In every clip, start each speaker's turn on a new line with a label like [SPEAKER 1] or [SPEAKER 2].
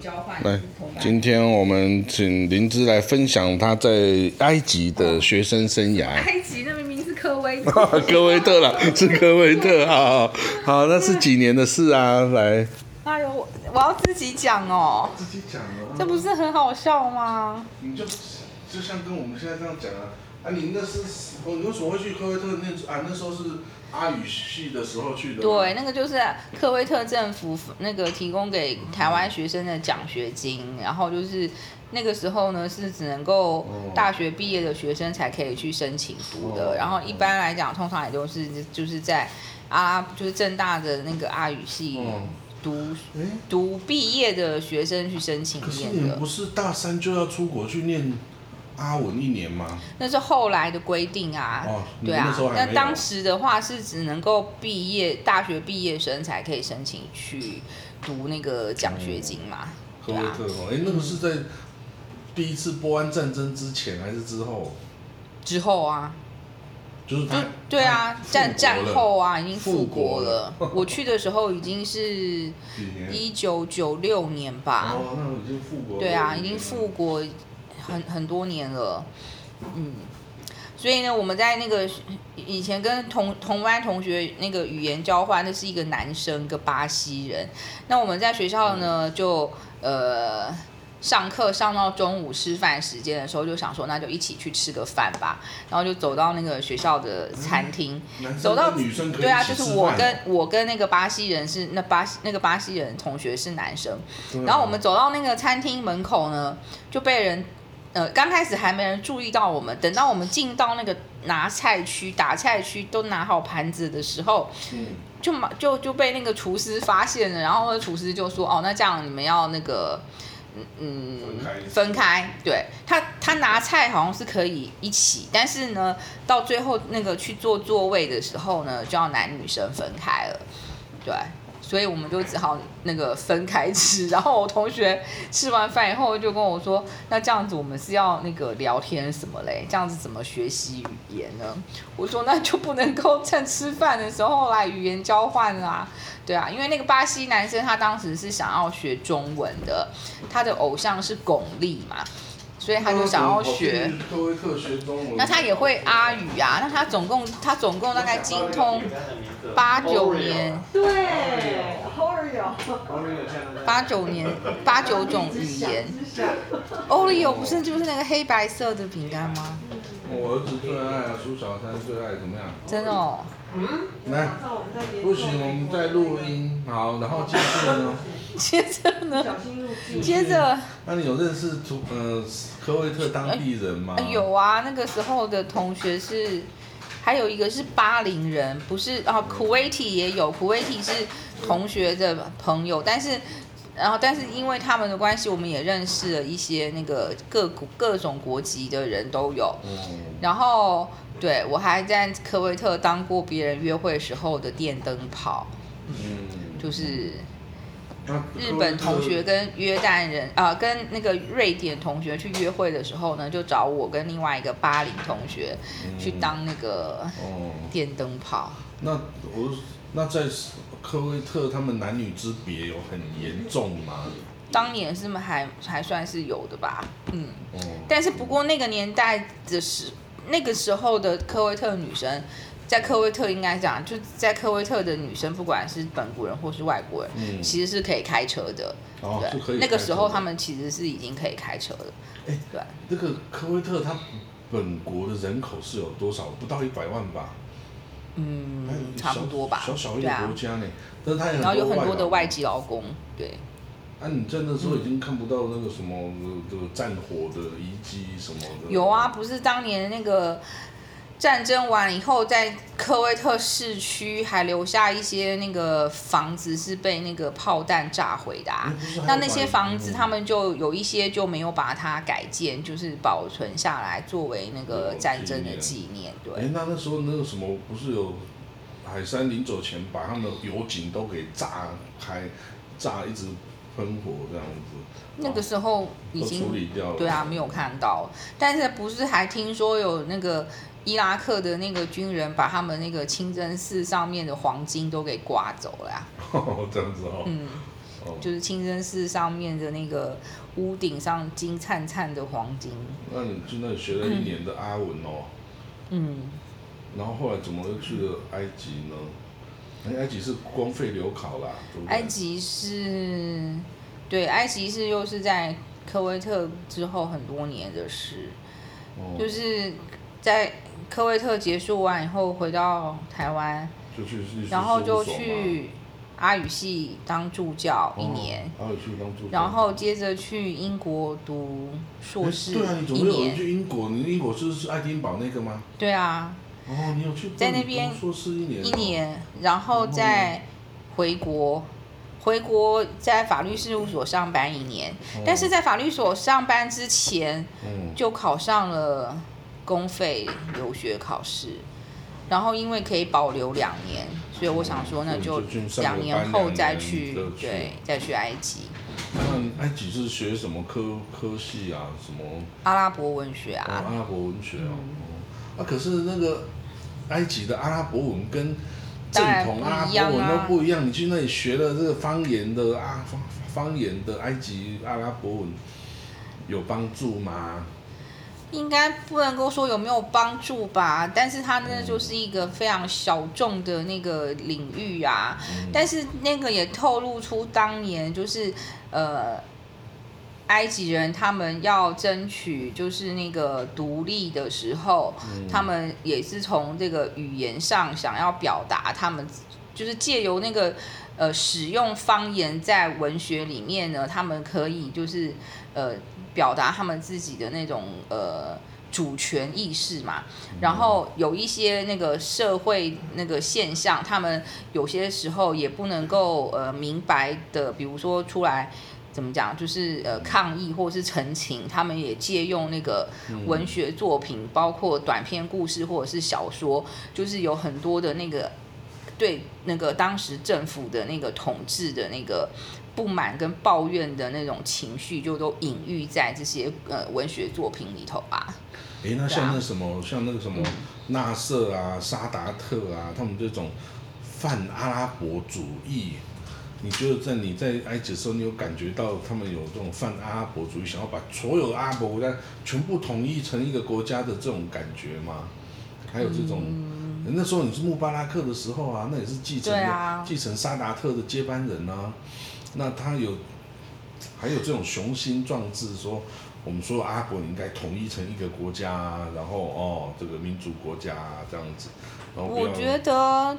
[SPEAKER 1] 交换
[SPEAKER 2] 来
[SPEAKER 1] 同
[SPEAKER 3] 啊
[SPEAKER 1] 伴。
[SPEAKER 2] 今天我们请灵芝来分享她在埃及的学生生涯。
[SPEAKER 1] 埃及那明明是科威特，
[SPEAKER 2] 科威特啦，是科威特啊，好好，那是几年的事啊？来，
[SPEAKER 3] 哎呦，我我要自己讲哦，
[SPEAKER 2] 自己讲哦
[SPEAKER 3] 这不是很好笑吗？
[SPEAKER 2] 你就就像跟我们现在这样讲啊，啊，你那是我为什么会去科威特念书啊？那时候是阿语系的时候去的，
[SPEAKER 3] 对，，那个就是科威特政府那个提供给台湾学生的奖学金，然后就是那个时候呢是只能够大学毕业的学生才可以去申请读
[SPEAKER 2] 哦
[SPEAKER 3] 的，然后一般来讲通常也都是就是在阿拉就是正大的那个阿语系
[SPEAKER 2] 嗯，
[SPEAKER 3] 读
[SPEAKER 2] 哎、
[SPEAKER 3] 读毕业的学生去申请
[SPEAKER 2] 可是
[SPEAKER 3] 念
[SPEAKER 2] 你
[SPEAKER 3] 的
[SPEAKER 2] 不，是大三就要出国去念阿文一年吗？
[SPEAKER 3] 那是后来的规定啊。
[SPEAKER 2] 哦，你
[SPEAKER 3] 对
[SPEAKER 2] 们那
[SPEAKER 3] 啊
[SPEAKER 2] 时候，还
[SPEAKER 3] 那
[SPEAKER 2] 没有
[SPEAKER 3] 当时的话是只能够毕业大学毕业生才可以申请去读那个奖学金嘛，
[SPEAKER 2] 科
[SPEAKER 3] 对
[SPEAKER 2] 威
[SPEAKER 3] 啊，
[SPEAKER 2] 特哦，哎、那个是在第一次波湾战争之前还是之后？
[SPEAKER 3] 之后啊，
[SPEAKER 2] 就是
[SPEAKER 3] 就
[SPEAKER 2] 他
[SPEAKER 3] 对啊，
[SPEAKER 2] 他
[SPEAKER 3] 战
[SPEAKER 2] 复
[SPEAKER 3] 战
[SPEAKER 2] 国了
[SPEAKER 3] 后啊，已经
[SPEAKER 2] 复
[SPEAKER 3] 复
[SPEAKER 2] 国
[SPEAKER 3] 国了。我去的时候已经 是
[SPEAKER 2] 几年
[SPEAKER 3] 一九九六年吧，
[SPEAKER 2] 嗯哦，那已经复国了。
[SPEAKER 3] 对啊，已经复国很很多年了，嗯，所以呢，我们在那个以前跟同同班同学那个语言交换，那是一个男生，一个巴西人。那我们在学校呢，
[SPEAKER 2] 嗯
[SPEAKER 3] 就呃上课上到中午吃饭时间的时候，就想说那就一起去吃个饭吧，然后就走到那个学校的餐厅，
[SPEAKER 2] 男生
[SPEAKER 3] 走到
[SPEAKER 2] 嗯跟女生可以
[SPEAKER 3] 对啊，
[SPEAKER 2] 一起
[SPEAKER 3] 就是
[SPEAKER 2] 吃
[SPEAKER 3] 我
[SPEAKER 2] 饭哦
[SPEAKER 3] 跟我跟那个巴西人是那巴西那个巴西人同学是男生，
[SPEAKER 2] 对啊
[SPEAKER 3] 然后我们走到那个餐厅门口呢，就被人呃刚开始还没人注意到我们，等到我们进到那个拿菜区打菜区都拿好盘子的时候，
[SPEAKER 2] 嗯
[SPEAKER 3] 就马就就被那个厨师发现了，然后那厨师就说：“哦，那这样你们要那个。”嗯
[SPEAKER 2] 分开，
[SPEAKER 3] 分开，对他，他拿菜好像是可以一起，但是呢，到最后那个去做座位的时候呢，就要男女生分开了，对，所以我们就只好那个分开吃。然后我同学吃完饭以后就跟我说：“那这样子我们是要那个聊天什么嘞？这样子怎么学习语言呢？”我说：“那就不能够趁吃饭的时候来语言交换啦、对啊，因为那个巴西男生他当时是想要学中文的，他的偶像是巩俐嘛，所以哎他就想要
[SPEAKER 2] 啊
[SPEAKER 3] 学。
[SPEAKER 2] 科威特学中文，
[SPEAKER 3] 那他也会阿语啊，那他总共他总共大概精通八九年
[SPEAKER 1] 对，Oreo，
[SPEAKER 3] 八九年八九种语言。Oreo 不是就是那个黑白色的饼干吗？
[SPEAKER 2] 我儿子最爱啊，苏小三最爱怎么样？
[SPEAKER 3] 真的哦，
[SPEAKER 2] 来，不行，我们在录音，好，然后接着呢？
[SPEAKER 3] 接着呢，
[SPEAKER 1] 小心入境。
[SPEAKER 3] 接着
[SPEAKER 2] 那你有认识图呃科威特当地人吗
[SPEAKER 3] 呃？有啊，那个时候的同学是，还有一个是巴林人，不是啊，
[SPEAKER 2] 嗯
[SPEAKER 3] 库威提也有，库威提是同学的朋友，但是。然后，但是因为他们的关系，我们也认识了一些那个各国各种国籍的人都有。
[SPEAKER 2] 嗯，
[SPEAKER 3] 然后，对我还在科威特当过别人约会时候的电灯泡，
[SPEAKER 2] 嗯，
[SPEAKER 3] 就是
[SPEAKER 2] 那科威
[SPEAKER 3] 日
[SPEAKER 2] 特
[SPEAKER 3] 本同学跟约旦人啊、呃跟那个瑞典同学去约会的时候呢，就找我跟另外一个巴黎同学去当那个
[SPEAKER 2] 嗯哦，
[SPEAKER 3] 电灯泡。
[SPEAKER 2] 那我那在科威特他们男女之别有很严重吗？
[SPEAKER 3] 当年是还还算是有的吧，嗯，
[SPEAKER 2] 哦，
[SPEAKER 3] 但是不过那个年代的时，那个时候的科威特女生，在科威特应该讲，就在科威特的女生，不管是本国人或是外国人，
[SPEAKER 2] 嗯
[SPEAKER 3] 其实是可以开车的，
[SPEAKER 2] 哦是可以
[SPEAKER 3] 对，
[SPEAKER 2] 开
[SPEAKER 3] 那个时候
[SPEAKER 2] 车的
[SPEAKER 3] 他们其实是已经可以开车了，
[SPEAKER 2] 哎
[SPEAKER 3] 对。
[SPEAKER 2] 那个科威特它本国的人口是有多少？不到一百万吧？
[SPEAKER 3] 嗯，
[SPEAKER 2] 哎
[SPEAKER 3] 差不多吧，
[SPEAKER 2] 小小小
[SPEAKER 3] 对
[SPEAKER 2] 一个
[SPEAKER 3] 啊
[SPEAKER 2] 国，家呢，但是它也
[SPEAKER 3] 然后有很多的外籍
[SPEAKER 2] 籍。
[SPEAKER 3] 嗯劳工，对，
[SPEAKER 2] 啊，你在那时候已经看不到那个什么呃这个战火的遗迹什么的。
[SPEAKER 3] 有啊，。不是当年那个战争完以后，在科威特市区还留下一些那个房子是被那个炮弹炸毁的、啊
[SPEAKER 2] 哎不是还有，嗯
[SPEAKER 3] 那那些房
[SPEAKER 2] 白
[SPEAKER 3] 子
[SPEAKER 2] 银
[SPEAKER 3] 他们就有一些就没有把它改建，就是保存下来作为那个
[SPEAKER 2] 有
[SPEAKER 3] 战
[SPEAKER 2] 纪
[SPEAKER 3] 争的
[SPEAKER 2] 念
[SPEAKER 3] 纪念，对
[SPEAKER 2] 哎、。那那时候那个什么不是有海山临走前把他们的油井都给炸开，炸一直喷火这样子。
[SPEAKER 3] 那个时候已
[SPEAKER 2] 都处理
[SPEAKER 3] 经
[SPEAKER 2] 掉了
[SPEAKER 3] 对啊，没有看到，但是不是还听说有那个伊拉克的那个军人把他们那个清真寺上面的黄金都给刮走了、啊？
[SPEAKER 2] 哦，这样子哦。
[SPEAKER 3] 嗯，
[SPEAKER 2] 哦，
[SPEAKER 3] 就是清真寺上面的那个屋顶上金灿灿的黄金。
[SPEAKER 2] 那你去那里学了一年的阿文哦，
[SPEAKER 3] 嗯，
[SPEAKER 2] 然后后来怎么又去了埃及呢？哎，埃及是公费留考啦，对不对
[SPEAKER 3] 埃及是，对，埃及是又是在科威特之后很多年的事，
[SPEAKER 2] 哦
[SPEAKER 3] 就是在科威特结束完以后回到台湾，
[SPEAKER 2] 就去律师
[SPEAKER 3] 然后就
[SPEAKER 2] 事务所嘛
[SPEAKER 3] 去阿语系当助教一年。，
[SPEAKER 2] 哦阿尔去当助教，
[SPEAKER 3] 然后接着去英国读硕
[SPEAKER 2] 哎
[SPEAKER 3] 士
[SPEAKER 2] 对啊，你
[SPEAKER 3] 一
[SPEAKER 2] 总有
[SPEAKER 3] 年
[SPEAKER 2] 人，去英国，你英国是是爱丁堡那个吗？
[SPEAKER 3] 对啊，
[SPEAKER 2] 哦，你有去
[SPEAKER 3] 在那边
[SPEAKER 2] 读硕士一年哦，
[SPEAKER 3] 一年，然后再回国，回国在法律事务所上班一年，
[SPEAKER 2] 哦
[SPEAKER 3] 但是在法律所上班之前
[SPEAKER 2] 嗯，
[SPEAKER 3] 就考上了公费留学考试，然后因为可以保留两年，所以我想说那
[SPEAKER 2] 嗯
[SPEAKER 3] 就
[SPEAKER 2] 就去上
[SPEAKER 3] 两
[SPEAKER 2] 个
[SPEAKER 3] 年
[SPEAKER 2] 班
[SPEAKER 3] 后
[SPEAKER 2] 两
[SPEAKER 3] 再
[SPEAKER 2] 年
[SPEAKER 3] 去
[SPEAKER 2] 就，去
[SPEAKER 3] 对，再去埃及，
[SPEAKER 2] 那埃及是学什么科科系啊？什么
[SPEAKER 3] 阿拉伯文学
[SPEAKER 2] 哦
[SPEAKER 3] 啊，
[SPEAKER 2] 阿拉伯文学哦，
[SPEAKER 3] 嗯
[SPEAKER 2] 哦啊，可是那个埃及的阿拉伯文跟正
[SPEAKER 3] 当然
[SPEAKER 2] 统
[SPEAKER 3] 不
[SPEAKER 2] 阿拉
[SPEAKER 3] 一样
[SPEAKER 2] 伯文都
[SPEAKER 3] 啊
[SPEAKER 2] 不一样，你去那里学了这个方言的啊方方言的埃及阿拉伯文有帮助吗？
[SPEAKER 3] 应该不能够说有没有帮助吧，但是它那就是一个非常小众的那个领域啊。
[SPEAKER 2] 嗯
[SPEAKER 3] 但是那个也透露出当年就是呃，埃及人他们要争取就是那个独立的时候，他们也是从这个语言上想要表达他们就是借由那个呃使用方言在文学里面呢，他们可以就是呃表达他们自己的那种呃主权意识嘛。然后有一些那个社会那个现象，他们有些时候也不能够呃明白的，比如说出来。怎么讲？就是呃，抗议或是陈情，他们也借用那个
[SPEAKER 2] 嗯
[SPEAKER 3] 文学作品，包括短篇故事或者是小说，就是有很多的那个对那个当时政府的那个统治的那个不满跟抱怨的那种情绪，就都隐喻在这些呃文学作品里头吧。
[SPEAKER 2] 诶，那
[SPEAKER 3] 对
[SPEAKER 2] 像
[SPEAKER 3] 啊嗯
[SPEAKER 2] 那什么，像那个什么纳瑟啊、沙达特啊，他们这种泛阿拉伯主义，你觉得在你在埃及的时候，你有感觉到他们有这种泛阿拉伯主义，想要把所有的阿拉伯国家全部统一成一个国家的这种感觉吗？还有这种，那时候你是穆巴拉克的时候啊，那也是继承的、
[SPEAKER 3] 嗯对啊
[SPEAKER 2] 继承沙达特的接班人啊，那他有还有这种雄心壮志说。我们说阿拉伯人应该统一成一个国家啊，然后哦，这个民主国家啊这样子，然后不
[SPEAKER 3] 我
[SPEAKER 2] 要
[SPEAKER 3] 觉得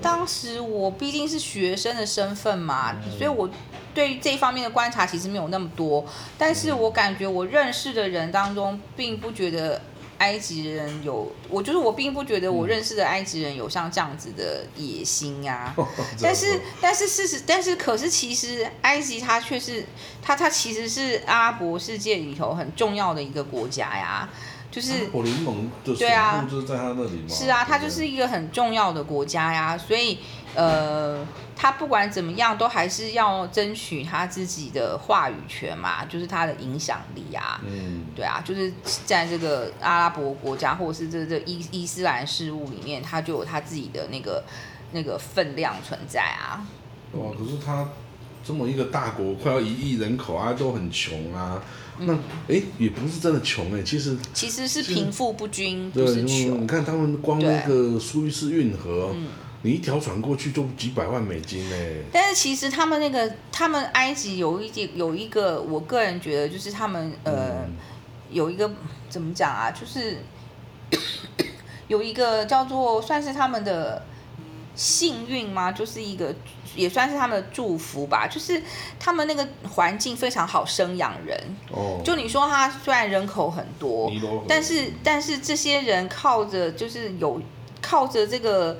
[SPEAKER 3] 当时我毕竟是学生的身份嘛，所以我对于这一方面的观察其实没有那么多，但是我感觉我认识的人当中，并不觉得。埃及人有，我就是我，并不觉得我认识的埃及人有像这样子的野心啊，
[SPEAKER 2] 哦
[SPEAKER 3] 但是，但是事实，但是可是，其实埃及它却是它它其实是阿拉伯世界里头很重要的一个国家呀，就是、
[SPEAKER 2] 我联盟的
[SPEAKER 3] 对啊
[SPEAKER 2] 总部就是在他那里嘛。
[SPEAKER 3] 是啊，它
[SPEAKER 2] 对
[SPEAKER 3] 就
[SPEAKER 2] 不
[SPEAKER 3] 是
[SPEAKER 2] 对
[SPEAKER 3] 一个很重要的国家呀，所以呃，它不管怎么样，都还是要争取它自己的话语权嘛，就是它的影响力啊。
[SPEAKER 2] 嗯，
[SPEAKER 3] 对啊，就是在这个阿拉伯国家或者是这这伊伊斯兰事务里面，它就有它自己的那个那个分量存在啊。
[SPEAKER 2] 哇，可是他这么一个大国，快要一亿人口啊，都很穷啊。
[SPEAKER 3] 嗯
[SPEAKER 2] 那哎、也不是真的穷哎、其实
[SPEAKER 3] 其实是
[SPEAKER 2] 是
[SPEAKER 3] 贫富不均，
[SPEAKER 2] 对
[SPEAKER 3] 不，是
[SPEAKER 2] 嗯
[SPEAKER 3] 穷嗯
[SPEAKER 2] 你。看他们光
[SPEAKER 3] 对
[SPEAKER 2] 那个苏伊士运河，你一条船过去就几百万美金哎、
[SPEAKER 3] 但是其实他们那个，他们埃及有一点有一个，我个人觉得就是他们呃、
[SPEAKER 2] 嗯
[SPEAKER 3] 有一个怎么讲啊，就是 有一个叫做算是他们的幸运吗？就是一个也算是他们的祝福吧，就是他们那个环境非常好生养人。
[SPEAKER 2] 哦，
[SPEAKER 3] 就你说他虽然人口很多，
[SPEAKER 2] 尼罗河
[SPEAKER 3] 但是但是这些人靠着就是有靠着这个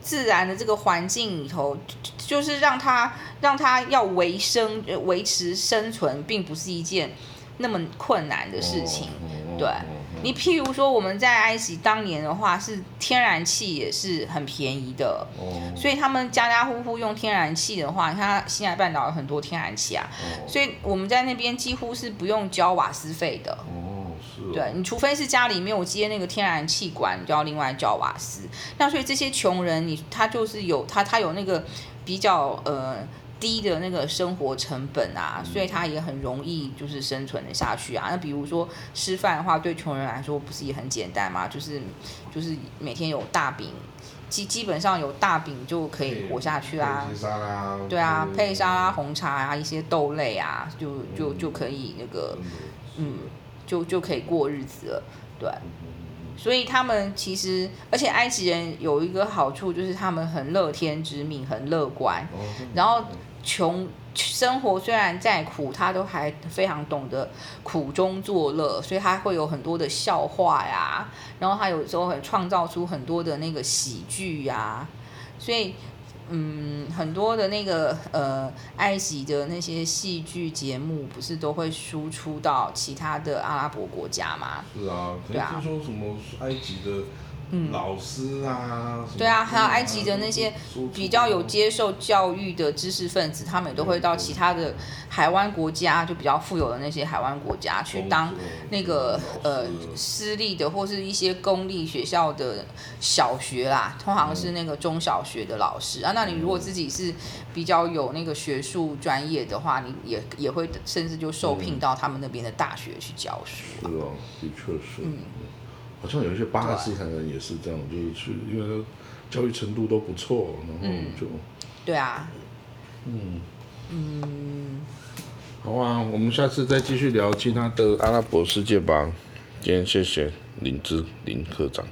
[SPEAKER 3] 自然的这个环境里头，就就是让他让他要维生呃维持生存，并不是一件那么困难的事情。
[SPEAKER 2] 哦
[SPEAKER 3] 对
[SPEAKER 2] 哦哦哦
[SPEAKER 3] 你譬如说我们在埃及当年的话，是天然气也是很便宜的。
[SPEAKER 2] 哦
[SPEAKER 3] 所以他们家家户户用天然气的话，你看它西南半岛有很多天然气啊，
[SPEAKER 2] 哦
[SPEAKER 3] 所以我们在那边几乎是不用交瓦斯费的。
[SPEAKER 2] 哦是哦，
[SPEAKER 3] 对你，除非是家里没有接那个天然气管，你就要另外交瓦斯。那所以这些穷人，你他就是有他他有那个比较呃低的那个生活成本啊，所以他也很容易就是生存的下去啊。那比如说吃饭的话，对穷人来说不是也很简单吗？就是就是每天有大饼，基基本上有大饼就可以活下去啊
[SPEAKER 2] 配。些沙拉，
[SPEAKER 3] 对啊，配沙拉、
[SPEAKER 2] 红，
[SPEAKER 3] 红茶啊，一些豆类啊，就就就可以那个，嗯，就就可以过日子了，对。所以他们其实，而且埃及人有一个好处就是他们很乐天知命，很乐观。
[SPEAKER 2] 哦真的
[SPEAKER 3] 然后穷生活虽然再苦，他都还非常懂得苦中作乐，所以他会有很多的笑话呀，然后他有时候会创造出很多的那个喜剧呀，所以。嗯，很多的那个呃，埃及的那些戏剧节目不是都会输出到其他的阿拉伯国家吗？
[SPEAKER 2] 是啊，可
[SPEAKER 3] 对啊
[SPEAKER 2] 能听说什么埃及的
[SPEAKER 3] 嗯
[SPEAKER 2] 老师啊，什么
[SPEAKER 3] 对啊，
[SPEAKER 2] 兵
[SPEAKER 3] 还有埃及的那些
[SPEAKER 2] 输出
[SPEAKER 3] 比较有接受教育的知识分子，他们也都会到其他的海湾国家，就比较富有的那些海湾国家去当
[SPEAKER 2] 工作
[SPEAKER 3] 那个
[SPEAKER 2] 老
[SPEAKER 3] 呃
[SPEAKER 2] 师
[SPEAKER 3] 私立的或是一些公立学校的小学啦，通常是那个中小学的老师啊。那你
[SPEAKER 2] 嗯
[SPEAKER 3] 如果自己是比较有那个学术专业的话，你也也会甚至就受
[SPEAKER 2] 嗯
[SPEAKER 3] 聘到他们那边的大学去教书。
[SPEAKER 2] 是哦，的确是。好像有一些巴勒斯坦人也是这样，就是去，因为他教育程度都不错，然后就，
[SPEAKER 3] 对啊，
[SPEAKER 2] 嗯，好啊，我们下次再继续聊其他的阿拉伯世界吧。今天谢谢林芝林科长。